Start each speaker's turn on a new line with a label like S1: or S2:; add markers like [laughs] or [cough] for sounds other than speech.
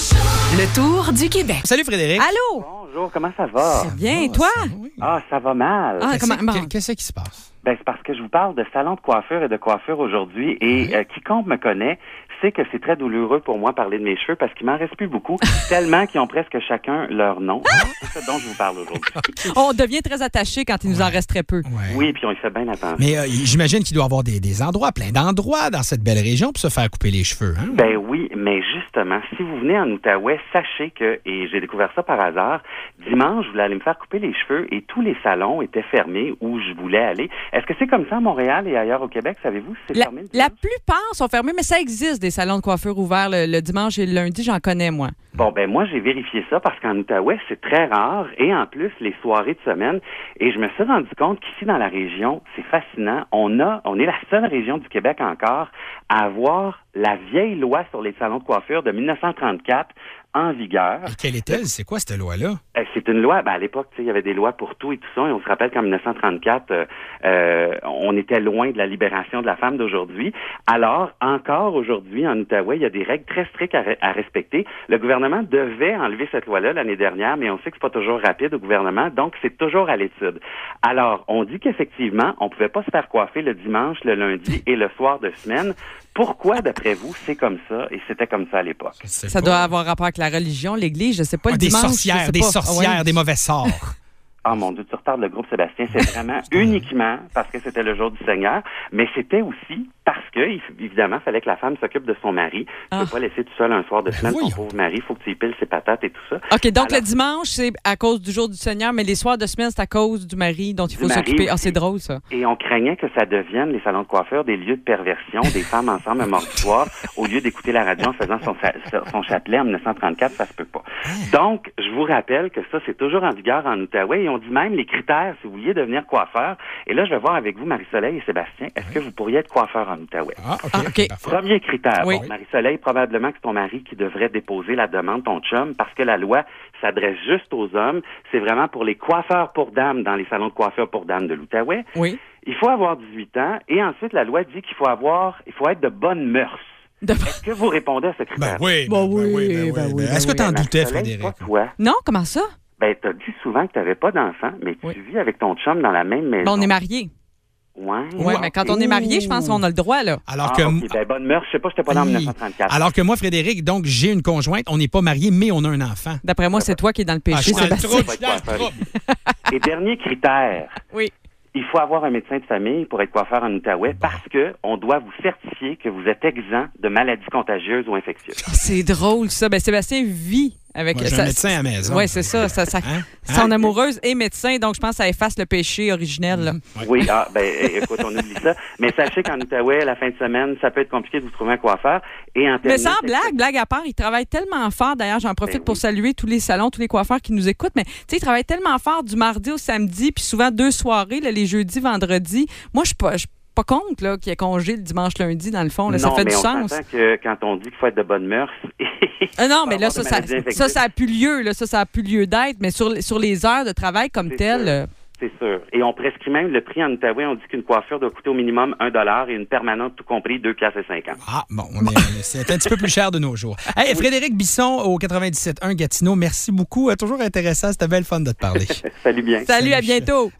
S1: Le tour du Québec.
S2: Salut Frédéric.
S1: Allô? Eh
S3: Bonjour, comment ça va?
S1: Bien, et
S2: Ah,
S1: toi?
S2: ça va, Ben, oui.
S3: Ah, ça va mal.
S1: Ah,
S2: Qu'est-ce
S1: comment- bon.
S2: que- Qu'est-ce qui se passe?
S3: Ben, c'est parce que je vous parle de salon de coiffure et de coiffure aujourd'hui. Et euh, quiconque me connaît sait que c'est très douloureux pour moi parler de mes cheveux parce qu'il m'en reste plus beaucoup, tellement qu'ils ont presque chacun leur nom. C'est ça dont je vous parle aujourd'hui.
S1: On devient très attaché quand il nous en reste très peu.
S2: Ouais.
S3: Oui, puis on y fait bien attention.
S2: Mais euh, j'imagine qu'il doit y avoir des, des endroits, plein d'endroits dans cette belle région pour se faire couper les cheveux. Hein?
S3: Ben oui, mais justement, si vous venez en Outaouais, sachez que, et j'ai découvert ça par hasard, dimanche, je voulais aller me faire couper les cheveux et tous les salons étaient fermés où je voulais aller. Est-ce que c'est comme ça à Montréal et ailleurs au Québec, savez-vous? si C'est
S1: La,
S3: fermé le
S1: la
S3: dimanche?
S1: plupart sont fermés, mais ça existe des salons de coiffure ouverts le, le dimanche et le lundi, j'en connais, moi.
S3: Bon, ben moi, j'ai vérifié ça parce qu'en Outaouais, c'est très rare et en plus, les soirées de semaine. Et je me suis rendu compte qu'ici, dans la région, c'est fascinant. On a, on est la seule région du Québec encore à avoir la vieille loi sur les salons de coiffure de 1934 en vigueur.
S2: Et quelle est-elle? C'est quoi cette loi-là?
S3: Euh, C'est une loi, ben à l'époque, tu sais, il y avait des lois pour tout et tout ça, et on se rappelle qu'en 1934, euh, euh, on était loin de la libération de la femme d'aujourd'hui. Alors, encore aujourd'hui, en Outaouais, il y a des règles très strictes à, re- à respecter. Le gouvernement devait enlever cette loi-là l'année dernière, mais on sait que c'est pas toujours rapide au gouvernement, donc c'est toujours à l'étude. Alors, on dit qu'effectivement, on pouvait pas se faire coiffer le dimanche, le lundi et le soir de semaine. Pourquoi, d'après vous, c'est comme ça, et c'était comme ça à l'époque?
S2: Je sais
S1: Ça
S2: pas.
S1: doit avoir rapport avec la religion, l'Église, je sais pas,
S2: Ah,
S1: le
S2: des
S1: dimanche. je sais
S2: sorcières, des
S1: pas. Ah,
S2: sorcières,
S1: Ouais.
S2: des mauvais
S1: [laughs]
S2: sorts.
S3: Ah mon Dieu, tu retardes le groupe Sébastien. C'est vraiment uniquement parce que c'était le jour du Seigneur, mais c'était aussi parce que, il- évidemment, fallait que la femme s'occupe de son mari. Tu
S1: Ah.
S3: peux pas laisser tout seul un soir de semaine ton
S2: voyons.
S3: pauvre mari. Faut que tu y piles ses patates et tout ça.
S1: OK, donc
S3: Alors-
S1: le dimanche, c'est à cause du jour du Seigneur, mais les soirs de semaine, c'est à cause du mari dont il faut
S3: Du mari.
S1: s'occuper. Ah, c'est drôle, ça.
S3: Et on craignait que ça devienne, les salons de coiffure, des lieux de perversion, des femmes ensemble un mardi soir, au lieu d'écouter la radio en faisant son, sa- son chapelet en 1934, ça se peut pas. Donc, je vous rappelle que ça, c'est toujours en vigueur en Outaouais, et on dit même les critères si vous vouliez devenir coiffeur. Et là, je vais voir avec vous, Marie-Soleil et Sébastien, est-ce que vous pourriez être coiffeur en Outaouais?
S2: Ah, OK.
S1: Ah,
S2: ok,
S1: OK.
S2: parfait.
S3: Premier critère.
S1: Oui.
S3: Bon, Marie-Soleil, probablement que c'est ton mari qui devrait déposer la demande, ton chum, parce que la loi s'adresse juste aux hommes. C'est vraiment pour les coiffeurs pour dames dans les salons de coiffeurs pour dames de l'Outaouais.
S1: Oui.
S3: Il faut avoir 18 ans et ensuite la loi dit qu'il faut avoir, il faut être de bonnes mœurs.
S1: De-
S3: Est-ce que vous répondez à ce critère?
S2: Ben oui, ben,
S1: Bon,
S2: ben
S1: oui,
S2: oui, ben
S1: ben
S2: oui,
S1: oui,
S2: ben- Est-ce
S1: ben
S2: que t'en
S1: oui.
S2: doutais,
S3: Marie-Soleil,
S2: Frédéric?
S3: pas toi.
S1: Non, comment ça?
S3: Ben, t'as dit souvent que t'avais pas d'enfant, mais tu
S1: Oui.
S3: vis avec ton chum dans la même maison.
S1: Ben, on est mariés.
S3: Ouais.
S1: Oui, mais quand on est mariés, je pense qu'on a le droit, là.
S2: Alors
S3: Ah,
S2: que...
S3: ok. Ben, bonne mœurs, je sais pas, j'étais pas dans
S2: Aïe.
S3: 1934.
S2: Alors que moi, Frédéric, donc, j'ai une conjointe. On n'est pas mariés, mais on a un enfant.
S1: D'après moi, c'est toi qui es dans le
S2: Ah, je
S1: péché,
S2: suis dans le
S1: Sébastien.
S2: trouble, je suis dans le
S3: Sébastien.
S2: trouble.
S3: Et dernier critère.
S1: Oui.
S3: Il faut avoir un médecin de famille pour être coiffeur en Outaouais parce que on doit vous certifier que vous êtes exempt de maladies contagieuses ou infectieuses.
S1: Ah, C'est drôle, ça. Ben, Sébastien vit avec...
S2: Moi, j'ai
S1: ça-
S2: un médecin à la maison.
S1: Oui, c'est ça. ça, ça
S2: Hein?
S1: Son
S2: Hein?
S1: amoureuse est médecin, donc je pense que ça efface le péché originel. là.
S3: Oui, ah, ben, eh, écoute, on oublie ça. Mais sachez qu'en Outaouais, la fin de semaine, ça peut être compliqué de vous trouver un coiffeur. Et en
S1: Mais
S3: terminant,
S1: sans
S3: c'est-
S1: blague, blague à part, ils travaillent tellement fort. D'ailleurs, j'en profite
S3: Ben oui.
S1: pour saluer tous les salons, tous les coiffeurs qui nous écoutent. Mais tu sais, ils travaillent tellement fort du mardi au samedi, puis souvent deux soirées, là, les jeudis, vendredis. Moi, je suis pas, je suis pas contre là, qu'il y ait congé le dimanche, lundi, dans le fond. là. ça
S3: Non,
S1: fait
S3: mais
S1: du
S3: on
S1: sens.
S3: s'entend que quand on dit qu'il faut être de bonne mœurs. [laughs]
S1: Ah non, mais
S3: Faut
S1: là,
S3: avoir
S1: ça,
S3: des
S1: ça,
S3: maladies infectieuses.
S1: ça, ça a plus lieu. Là, ça, ça a plus lieu d'être. Mais sur, les- sur les heures de travail comme
S3: C'est
S1: telles,
S3: sûr.
S1: euh,
S3: C'est sûr. Et on prescrit même le prix en Outaouais. On dit qu'une coiffure doit coûter au minimum un dollar et une permanente, tout compris, deux piastres et cinquante.
S2: Ah, bon, on est- c'est un petit peu plus cher de nos jours. Hey, Frédéric Bisson au 97.1 Gatineau, merci beaucoup. Euh, toujours intéressant, c'était belle fun de te parler.
S3: Salut bien.
S1: salut, à
S2: Salut, chef.
S1: bientôt.